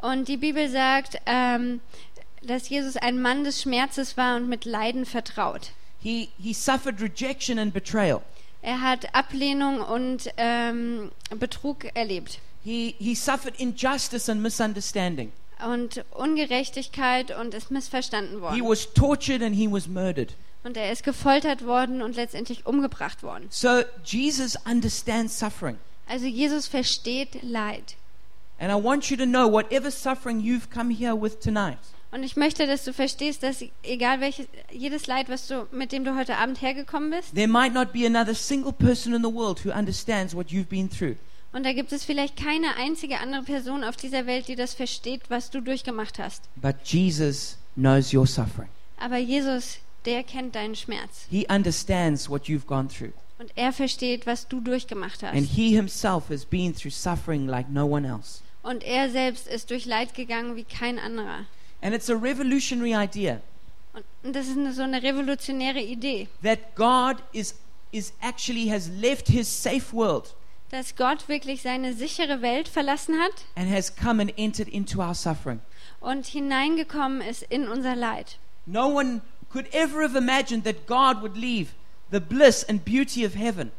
B: Und die Bibel sagt, ähm, dass Jesus ein Mann des Schmerzes war und mit Leiden vertraut.
A: He, he suffered rejection and betrayal.
B: Er hat Ablehnung und ähm, Betrug erlebt
A: He, he suffered injustice and misunderstanding.
B: und Ungerechtigkeit und ist missverstanden
A: He
B: worden.
A: was tortured and he was murdered.
B: Und er ist gefoltert worden und letztendlich umgebracht worden.
A: So Jesus understands suffering.
B: Also Jesus versteht Leid.
A: And I want you to know whatever suffering you've come here with tonight,
B: Und ich möchte, dass du verstehst, dass egal welches, jedes Leid, was du, mit dem du heute Abend hergekommen bist,
A: there might not be another single person in the world who understands what you've been through.
B: und da gibt es vielleicht keine einzige andere Person auf dieser Welt, die das versteht, was du durchgemacht hast.
A: But Jesus knows your suffering.
B: Aber Jesus, der kennt deinen Schmerz
A: He understands what you've gone through.
B: und er versteht, was du durchgemacht
A: And
B: hast.
A: he himself has been through suffering like no one else.
B: Und er selbst ist durch Leid gegangen wie kein anderer.
A: And it's a revolutionary idea.
B: Und und das ist eine, so eine revolutionäre Idee,
A: that God is, is actually has left his safe world
B: dass Gott wirklich seine sichere Welt verlassen hat
A: and has come and entered into our suffering.
B: und hineingekommen ist in unser Leid.
A: No one could ever have imagined that God would leave the bliss and beauty of heaven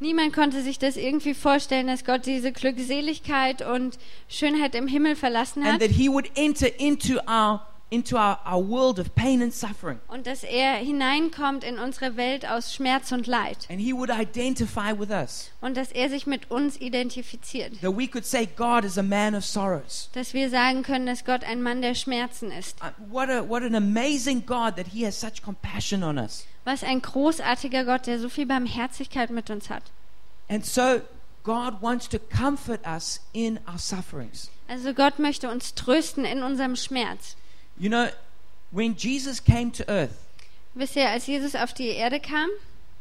B: Niemand konnte sich das irgendwie vorstellen, dass Gott diese Glückseligkeit und Schönheit im Himmel verlassen
A: and
B: hat
A: that he would enter into our into our, our world of pain and suffering
B: und dass er hineinkommt in unsere Welt aus Schmerz und Leid
A: and he would identify with us
B: und dass er sich mit uns identifiziert.
A: that we could say God is a man of sorrows
B: dass wir sagen können, dass Gott ein Mann der Schmerzen ist.
A: Uh, what a what an amazing God that he has such compassion on us
B: Was ein großartiger Gott, der so viel Barmherzigkeit mit uns hat.
A: and so God wants to comfort us in our sufferings
B: Also Gott möchte uns trösten in unserem Schmerz.
A: You know, when Jesus came to earth,
B: Wisst ihr, als Jesus auf die Erde kam,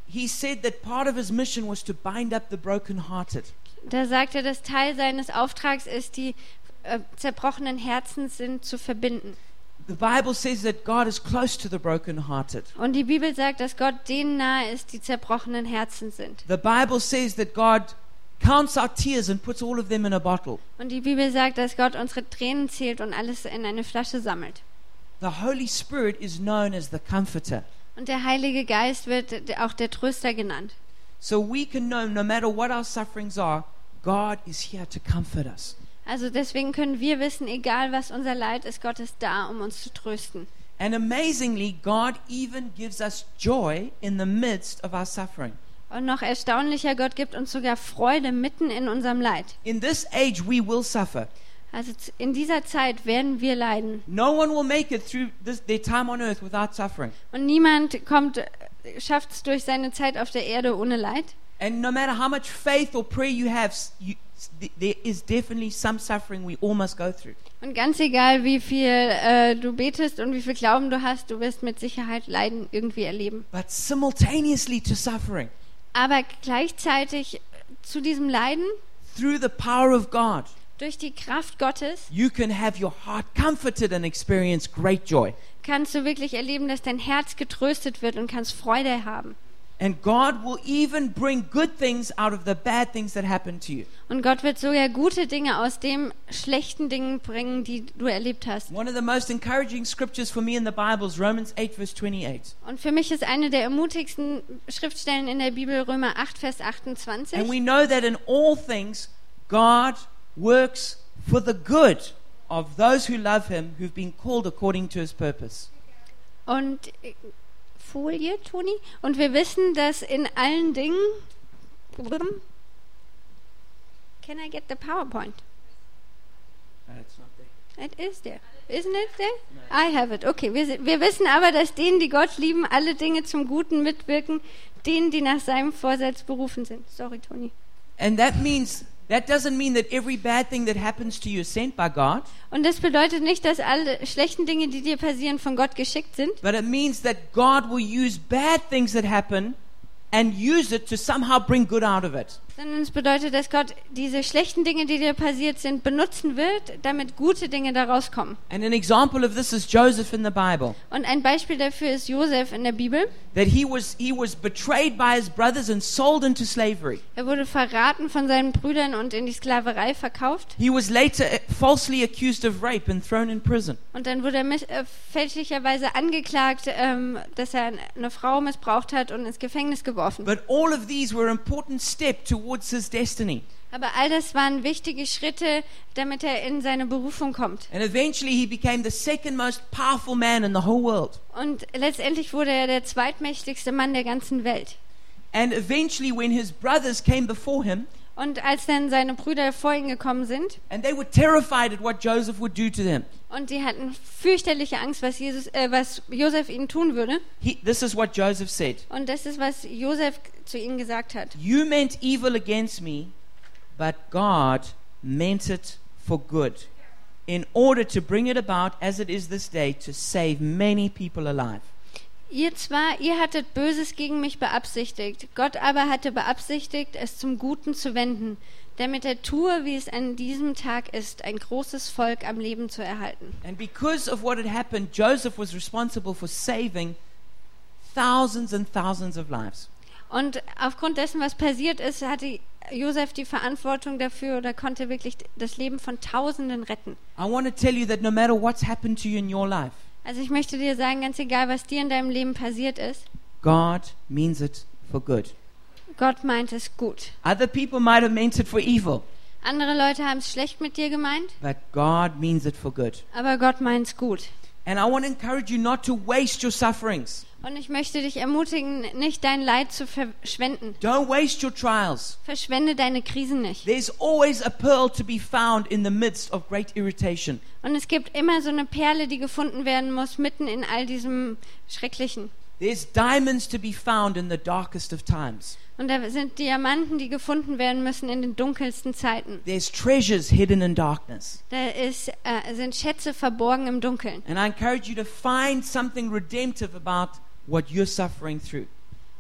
A: he said that part of his mission was to bind up the brokenhearted.
B: da sagt er, dass Teil seines Auftrags ist, die äh, zerbrochenen Herzen sind zu verbinden.
A: The Bible says that God is close to the brokenhearted.
B: Und die Bibel sagt, dass Gott denen nahe ist, die zerbrochenen Herzen sind.
A: The Bible says that God counts our tears and puts all of them in a bottle.
B: Und die Bibel sagt, dass Gott unsere Tränen zählt und alles in eine Flasche sammelt.
A: The Holy Spirit is known as the Comforter.
B: Und der Heilige Geist wird äh, auch der Tröster genannt.
A: So we can know no matter what our sufferings are, God is here to comfort us.
B: Also deswegen können wir wissen, egal was unser Leid ist, Gott ist da, um uns zu trösten.
A: And amazingly, God even gives us joy in the midst of our suffering.
B: Und noch erstaunlicher, Gott gibt uns sogar Freude mitten in unserem Leid.
A: In this age, we will suffer.
B: Also z- in dieser Zeit werden wir leiden.
A: No one will make it through this, their time on earth without suffering.
B: Und niemand kommt, schafft es durch seine Zeit auf der Erde ohne Leid.
A: And no matter how much faith or prayer you have, s- you, s- th- there is definitely some suffering we all must go through.
B: Und ganz egal, wie viel äh, du betest und wie viel Glauben du hast, du wirst mit Sicherheit Leiden irgendwie erleben.
A: But simultaneously to suffering,
B: Aber gleichzeitig äh, zu diesem Leiden,
A: through the power of God,
B: durch die Kraft Gottes,
A: you can have your heart comforted and experience great joy.
B: kannst du wirklich erleben, dass dein Herz getröstet wird und kannst Freude haben.
A: And God will even bring good things out of the bad things that happen to you.
B: Und Gott wird sogar gute Dinge aus dem schlechten Dingen bringen, die du erlebt hast.
A: One of the most encouraging scriptures for me in the Bible is Romans 8, verse 28.
B: Und für mich ist eine der ermutigsten Schriftstellen in der Bibel Römer 8, Vers 28.
A: And we know that in all things, God works for the good of those who love Him, who've been called according to His purpose.
B: Und äh, Folie, Toni. Und wir wissen, dass in allen Dingen. Blum. Can I get the PowerPoint?
A: Uh, it's not there.
B: It is there. Isn't it there? I have it. Okay, wir, se- wir wissen aber, dass denen, die Gott lieben, alle Dinge zum Guten mitwirken, denen, die nach seinem Vorsatz berufen sind. Sorry, Toni.
A: And that means, that doesn't mean that every bad thing that happens to you is sent by God,
B: Und das bedeutet nicht, dass alle schlechten Dinge, die dir passieren, von Gott geschickt sind,
A: but it means that God will use bad things that happen and use it to somehow bring good out of it.
B: sondern es bedeutet, dass Gott diese schlechten Dinge, die dir passiert sind, benutzen wird, damit gute Dinge daraus kommen.
A: And an example of this is Joseph in the Bible.
B: Und ein Beispiel dafür ist Josef in der Bibel.
A: That he was, he was betrayed by his brothers and sold into slavery.
B: Er wurde verraten von seinen Brüdern und in die Sklaverei verkauft.
A: He was later eh, falsely accused of rape and thrown in prison.
B: Und dann wurde er miss- äh, fälschlicherweise angeklagt, ähm, dass er eine Frau missbraucht hat und ins Gefängnis geworfen.
A: But all of these were important steps towards his destiny.
B: Aber all das waren wichtige Schritte, damit er in seine Berufung kommt.
A: And eventually he became the second most powerful man in the whole world.
B: Und letztendlich wurde er der zweitmächtigste Mann der ganzen Welt.
A: And eventually, when his brothers came before him,
B: Und als dann seine Brüder vor ihn gekommen sind
A: and they were terrified at what Joseph would do to them,
B: und die hatten fürchterliche Angst, was Jesus, äh, was Josef ihnen tun würde.
A: he, this is what Joseph said
B: Und das ist, was Josef zu ihnen gesagt hat.
A: You meant evil against me, but God meant it for good, in order to bring it about as it is this day to save many people alive.
B: Ihr zwar, ihr hattet Böses gegen mich beabsichtigt, Gott aber hatte beabsichtigt, es zum Guten zu wenden, damit er tue, wie es an diesem Tag ist, ein großes Volk am Leben zu erhalten.
A: And because of what had happened, Joseph was responsible for saving thousands and thousands of lives.
B: Und aufgrund dessen, was passiert ist, hatte Josef die Verantwortung dafür oder konnte wirklich das Leben von Tausenden retten.
A: I want to tell you that no matter what's happened to you in your life,
B: Also ich möchte dir sagen, ganz egal, was dir in deinem Leben passiert ist,
A: God means it for good.
B: Gott meint es gut.
A: Other people might have meant it for evil,
B: Andere Leute haben es schlecht mit dir gemeint,
A: but God means it for good.
B: aber Gott meint es gut.
A: And I want to encourage you not to waste your sufferings.
B: Und ich möchte dich ermutigen, nicht dein Leid zu verschwenden.
A: Don't waste your trials.
B: Verschwende deine Krisen nicht.
A: There's always a pearl to be found in the midst of great irritation.
B: Und es gibt immer so eine Perle, die gefunden werden muss, mitten in all diesem Schrecklichen.
A: There's diamonds to be found in the darkest of times.
B: Und da sind Diamanten, die gefunden werden müssen in den dunkelsten Zeiten.
A: There's treasures hidden in darkness.
B: Da ist, äh, sind Schätze verborgen im Dunkeln.
A: And I encourage you to find something redemptive about what you're suffering through.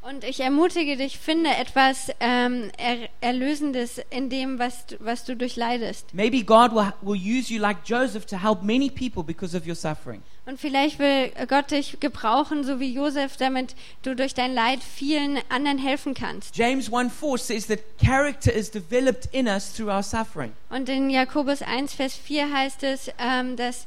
B: Und ich ermutige dich, finde etwas ähm, er Erlösendes in dem, was, du- was du durchleidest.
A: Maybe God will, will use you like Joseph to help many people because of your suffering.
B: Und vielleicht will Gott dich gebrauchen, so wie Josef, damit du durch dein Leid vielen anderen helfen kannst.
A: James 1 4 says that character is developed in us through our suffering.
B: Und in Jakobus 1, Vers 4 heißt es, ähm, dass,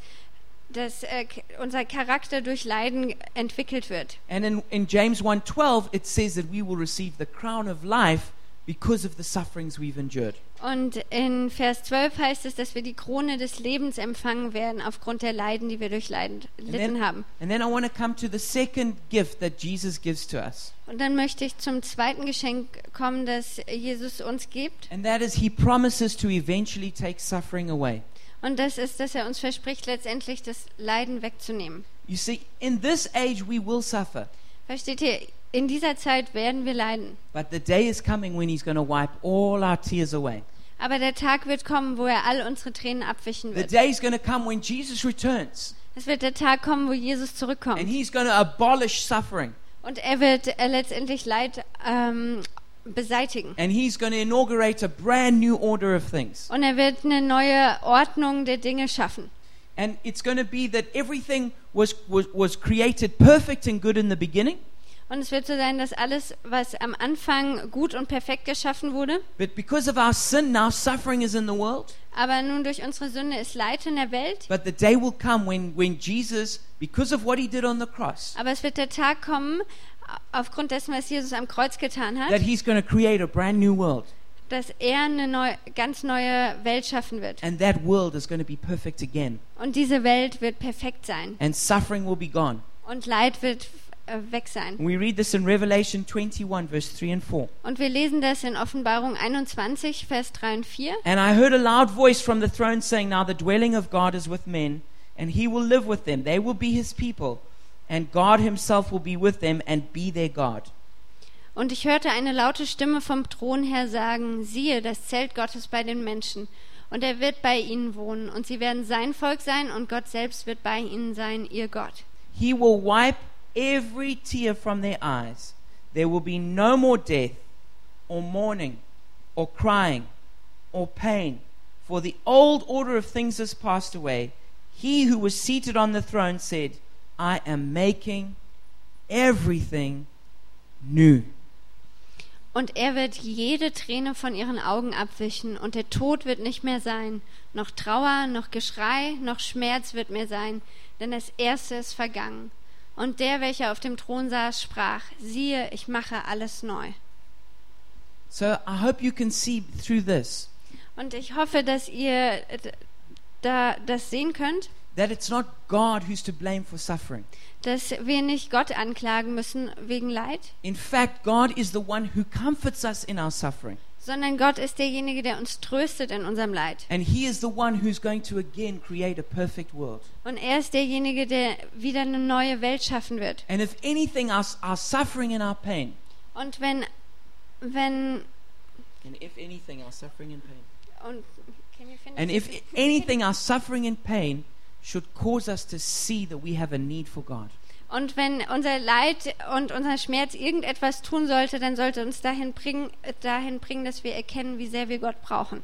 B: dass äh, k- unser Charakter durch Leiden entwickelt wird.
A: And in, in James 1 12, it says that we will receive the crown of life because of the sufferings we've endured.
B: Und in Vers 12 heißt es, dass wir die Krone des Lebens empfangen werden aufgrund der Leiden, die wir durchlitten
A: then,
B: haben.
A: and then I want to come to the second gift that Jesus gives to us,
B: Und dann möchte ich zum zweiten Geschenk kommen, das Jesus uns gibt.
A: and that is He promises to eventually take suffering away.
B: Und das ist, dass er uns verspricht, letztendlich das Leiden wegzunehmen.
A: You see, in this age we will suffer,
B: Versteht ihr? In dieser Zeit werden wir leiden.
A: but the day is coming when He's going to wipe all our tears away.
B: Aber der Tag wird kommen, wo er all unsere Tränen abwischen
A: The
B: wird.
A: day is going to come when Jesus returns
B: Es wird der Tag kommen, wo Jesus
A: and
B: zurückkommt.
A: He's going to abolish suffering
B: Und er wird äh, letztendlich Leid ähm, beseitigen.
A: and He's going to inaugurate a brand new order of things.
B: Und er wird eine neue Ordnung der Dinge schaffen.
A: And it's going to be that everything was, was, was created perfect and good in the beginning,
B: Und es wird so sein, dass alles, was am Anfang gut und perfekt geschaffen wurde,
A: but because of our sin, now suffering is in the world.
B: aber nun durch unsere Sünde ist Leid in der Welt.
A: But the day will come when, when Jesus, because of what He did on the cross,
B: Aber es wird der Tag kommen, aufgrund dessen, was Jesus am Kreuz getan
A: that
B: hat,
A: He's going to create a brand new world.
B: dass er eine neu, ganz neue Welt schaffen wird.
A: And that world is going to be perfect again.
B: Und diese Welt wird perfekt sein.
A: And suffering will be gone.
B: Und Leid wird äh, weg sein.
A: We read this in Revelation 21, verse 3 and 4.
B: Und wir lesen das in Offenbarung 21, Vers 3 und 4.
A: And I heard a loud voice from the throne saying, Now the dwelling of God is with men, and he will live with them. They will be his people, and God himself will be with them and be their God.
B: Und ich hörte eine laute Stimme vom Thron her sagen, siehe, das Zelt Gottes bei den Menschen. Und er wird bei ihnen wohnen, und sie werden sein Volk sein, und Gott selbst wird bei ihnen sein, ihr Gott.
A: He will wipe every tear from their eyes. There will be no more death, or mourning, or crying, or pain, for the old order of things has passed away. He who was seated on the throne said, I am making everything new.
B: Und er wird jede Träne von ihren Augen abwischen, und der Tod wird nicht mehr sein, noch Trauer, noch Geschrei, noch Schmerz wird mehr sein, denn das Erste ist vergangen. Und der, welcher auf dem Thron saß, sprach, siehe, ich mache alles neu.
A: So I hope you can see through this
B: Und ich hoffe, dass ihr äh, d- da das sehen könnt,
A: that it's not God who's to blame for suffering.
B: dass wir nicht Gott anklagen müssen wegen Leid,
A: In fact, God is the one who comforts us in our suffering,
B: sondern Gott ist derjenige, der uns tröstet in unserem Leid.
A: and He is the one who's going to again create a perfect world.
B: Und er ist derjenige, der wieder eine neue Welt schaffen wird.
A: And if anything, our, our suffering and our pain,
B: Und wenn, wenn,
A: and if anything, our suffering and pain,
B: und, can you finish?
A: and if anything, our suffering and pain should cause us to see that we have a need for God.
B: und wenn unser Leid und unser Schmerz irgendetwas tun sollte, dann sollte uns dahin bringen, äh, dahin bringen, dass wir erkennen, wie sehr wir Gott brauchen.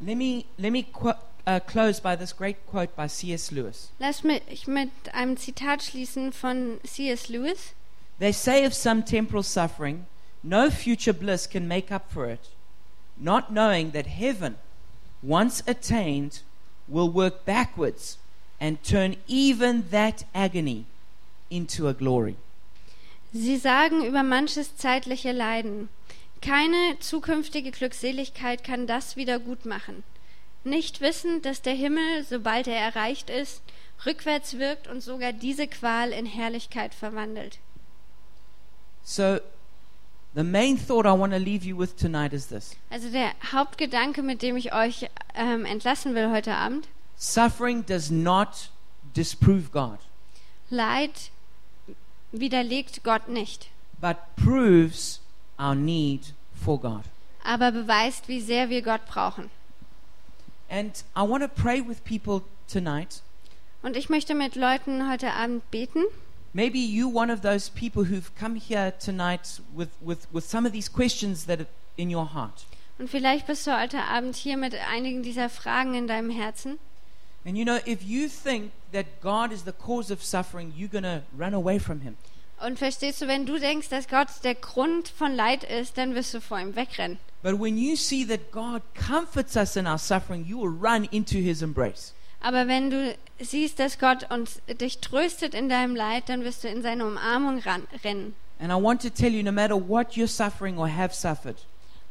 A: Let me let me qu- uh, close by this great quote by C.S. Lewis.
B: Lass mich mit einem Zitat schließen von C.S. Lewis.
A: They say of some temporal suffering, no future bliss can make up for it, not knowing that heaven, once attained, will work backwards and turn even that agony into a glory.
B: Sie sagen über manches zeitliche Leiden. Keine zukünftige Glückseligkeit kann das wieder gut machen. Nicht wissend, dass der Himmel, sobald er erreicht ist, rückwärts wirkt und sogar diese Qual in Herrlichkeit verwandelt.
A: So, the main thought I want to leave you with tonight is this
B: Also der Hauptgedanke, mit dem ich euch ähm, entlassen will heute Abend,
A: suffering does not disprove God,
B: Leid widerlegt Gott nicht,
A: but proves our need for God.
B: aber beweist, wie sehr wir Gott brauchen.
A: And I want to pray with people tonight.
B: Und ich möchte mit Leuten heute Abend beten.
A: Maybe you one of those people who've come here tonight with, with, with some of these questions that are in your heart.
B: Und vielleicht bist du heute Abend hier mit einigen dieser Fragen in deinem Herzen.
A: And you know, if you think that God is the cause of suffering, you're going to run away from Him.
B: Und verstehst du, wenn du denkst, dass Gott der Grund von Leid ist, dann wirst du vor ihm wegrennen.
A: But when you see that God comforts us in our suffering, you will run into His embrace.
B: Aber wenn du siehst, dass Gott uns dich tröstet in deinem Leid, dann wirst du in seine Umarmung ran rennen.
A: And I want to tell you no matter what you're suffering or have suffered,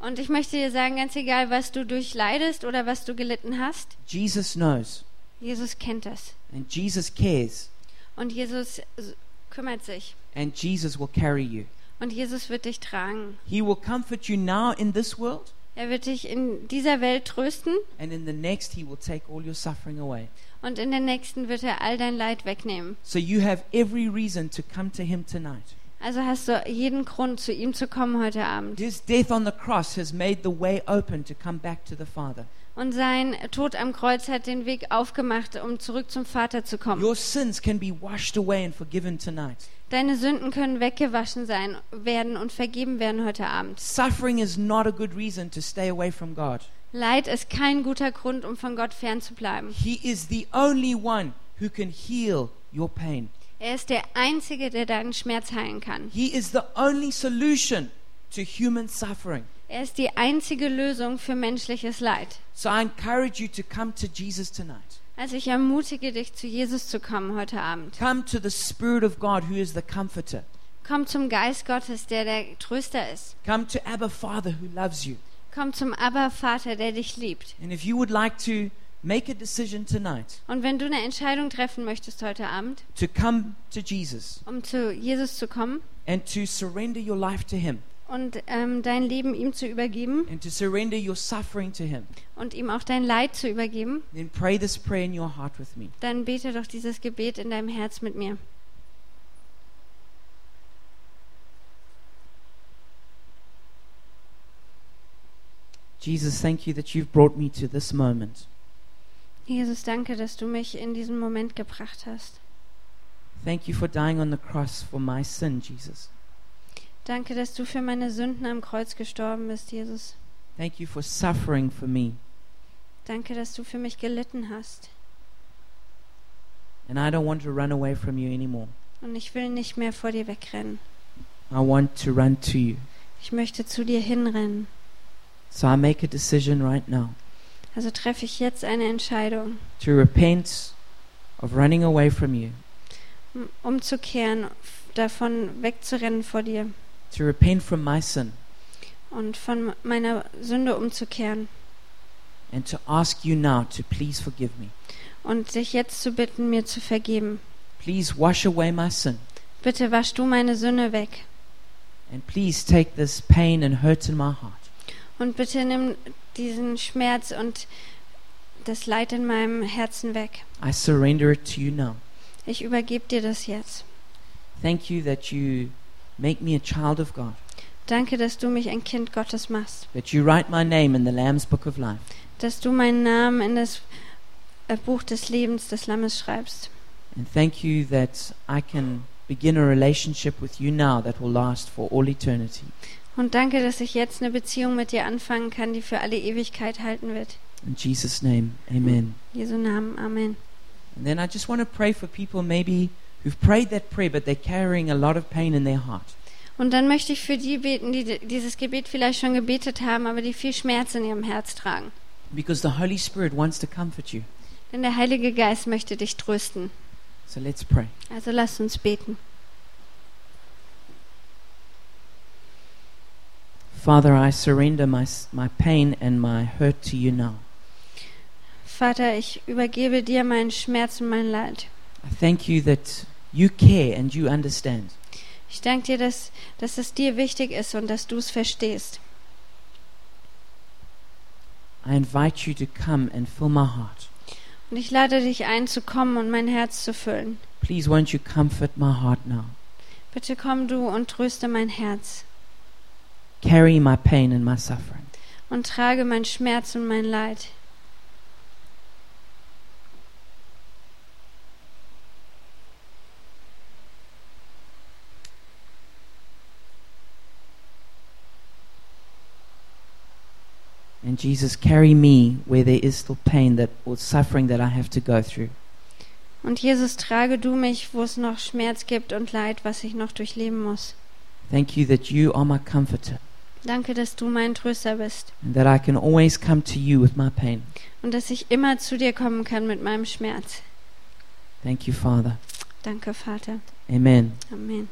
B: Und ich möchte dir sagen, ganz egal, was du durchleidest oder was du gelitten hast,
A: Jesus knows
B: Jesus kennt das.
A: and Jesus cares
B: Und Jesus s- kümmert sich.
A: and Jesus will carry you.
B: Und Jesus wird dich tragen.
A: He will comfort you now in this world,
B: Er wird dich in dieser Welt trösten
A: and in the next, He will take all your suffering away.
B: und in der nächsten wird er all dein Leid wegnehmen.
A: So you have every reason to come to Him tonight.
B: Also hast du jeden Grund, zu ihm zu kommen heute Abend.
A: His death on the cross has made the way open to come back to the Father.
B: Und sein Tod am Kreuz hat den Weg aufgemacht, um zurück zum Vater zu kommen.
A: Your sins can be washed away and forgiven tonight.
B: Deine Sünden können weggewaschen sein werden und vergeben werden heute Abend.
A: Suffering is not a good reason to stay away from God.
B: Leid ist kein guter Grund, um von Gott fernzubleiben.
A: He is the only one who can heal your pain.
B: Er ist der Einzige, der deinen Schmerz heilen kann.
A: He is the only solution to human suffering.
B: Er ist die einzige Lösung für menschliches Leid.
A: So I encourage you to come to Jesus tonight.
B: Also ich ermutige dich, zu Jesus zu kommen heute Abend.
A: Come to the Spirit of God who is the Comforter.
B: Komm zum Geist Gottes, der der Tröster ist.
A: Come to Abba Father who loves you.
B: Komm zum Abba-Vater, der dich liebt.
A: And if you would like to make a decision tonight
B: Und wenn du eine Entscheidung treffen möchtest heute Abend,
A: to come to Jesus
B: um zu Jesus zu kommen
A: and to surrender your life to Him
B: und ähm, dein Leben ihm zu übergeben
A: and to surrender your suffering to Him,
B: und ihm auch dein Leid zu übergeben,
A: then pray this prayer in your heart with me.
B: dann bete doch dieses Gebet in deinem Herz mit mir.
A: Jesus, thank you that you've brought me to this moment.
B: Jesus, danke, dass du mich in diesen Moment gebracht hast.
A: Thank you for dying on the cross for my sin, Jesus.
B: Danke, dass du für meine Sünden am Kreuz gestorben bist, Jesus.
A: Thank you for suffering for me.
B: Danke, dass du für mich gelitten hast.
A: And I don't want to run away from you anymore.
B: Und ich will nicht mehr vor dir wegrennen.
A: I want to run to you.
B: Ich möchte zu dir hinrennen.
A: So I make a decision right now
B: Also treffe ich jetzt eine Entscheidung,
A: to repent of running away from you,
B: um- umzukehren, f- davon wegzurennen vor dir
A: to repent from my sin,
B: und von meiner Sünde umzukehren
A: and to ask you now to please forgive me.
B: und dich jetzt zu bitten, mir zu vergeben.
A: Please wash away my sin,
B: Bitte wasch du meine Sünde weg
A: and please take this pain and hurt in my heart.
B: und bitte nimm diesen Schmerz und das Leid in meinem Herzen weg.
A: I surrender it to you now.
B: Ich übergebe dir das jetzt.
A: Thank you that you make me a child of God,
B: Danke, dass du mich ein Kind Gottes machst,
A: that you write my name in the Lamb's Book of Life.
B: dass du meinen Namen in das äh, Buch des Lebens des Lammes schreibst.
A: And thank you that I can begin a relationship with you now that will last for all eternity.
B: Und danke, dass ich jetzt eine Beziehung mit dir anfangen kann, die für alle Ewigkeit halten wird.
A: In Jesus' name, amen.
B: Jesu Namen, Amen.
A: And then I just want to pray for people maybe who've prayed that prayer, but they're carrying a lot of pain in their heart.
B: Und dann möchte ich für die beten, die di- dieses Gebet vielleicht schon gebetet haben, aber die viel Schmerz in ihrem Herz tragen.
A: Because the Holy Spirit wants to comfort you.
B: Denn der Heilige Geist möchte dich trösten.
A: So let's pray.
B: Also lasst uns beten.
A: Father, I surrender my, s- my pain and my hurt to you now.
B: Vater, ich übergebe dir meinen Schmerz und mein Leid.
A: I thank you that you care and you understand.
B: Ich danke dir, dass, dass es dir wichtig ist und dass du es verstehst.
A: I invite you to come and fill my heart.
B: Und ich lade dich ein, zu kommen und mein Herz zu füllen.
A: Please won't you comfort my heart now?
B: Bitte komm du und tröste mein Herz
A: Carry my pain and my suffering.
B: und trage mein Schmerz und mein Leid.
A: And Jesus, carry me where there is still pain that or suffering that I have to go through.
B: Und Jesus, trage du mich, wo es noch Schmerz gibt und Leid, was ich noch durchleben muss.
A: Thank you that you are my comforter
B: Danke, dass du mein Tröster bist
A: and that I can always come to you with my pain.
B: und dass ich immer zu dir kommen kann mit meinem Schmerz.
A: Thank you, Father.
B: Danke, Vater.
A: Amen.
B: Amen.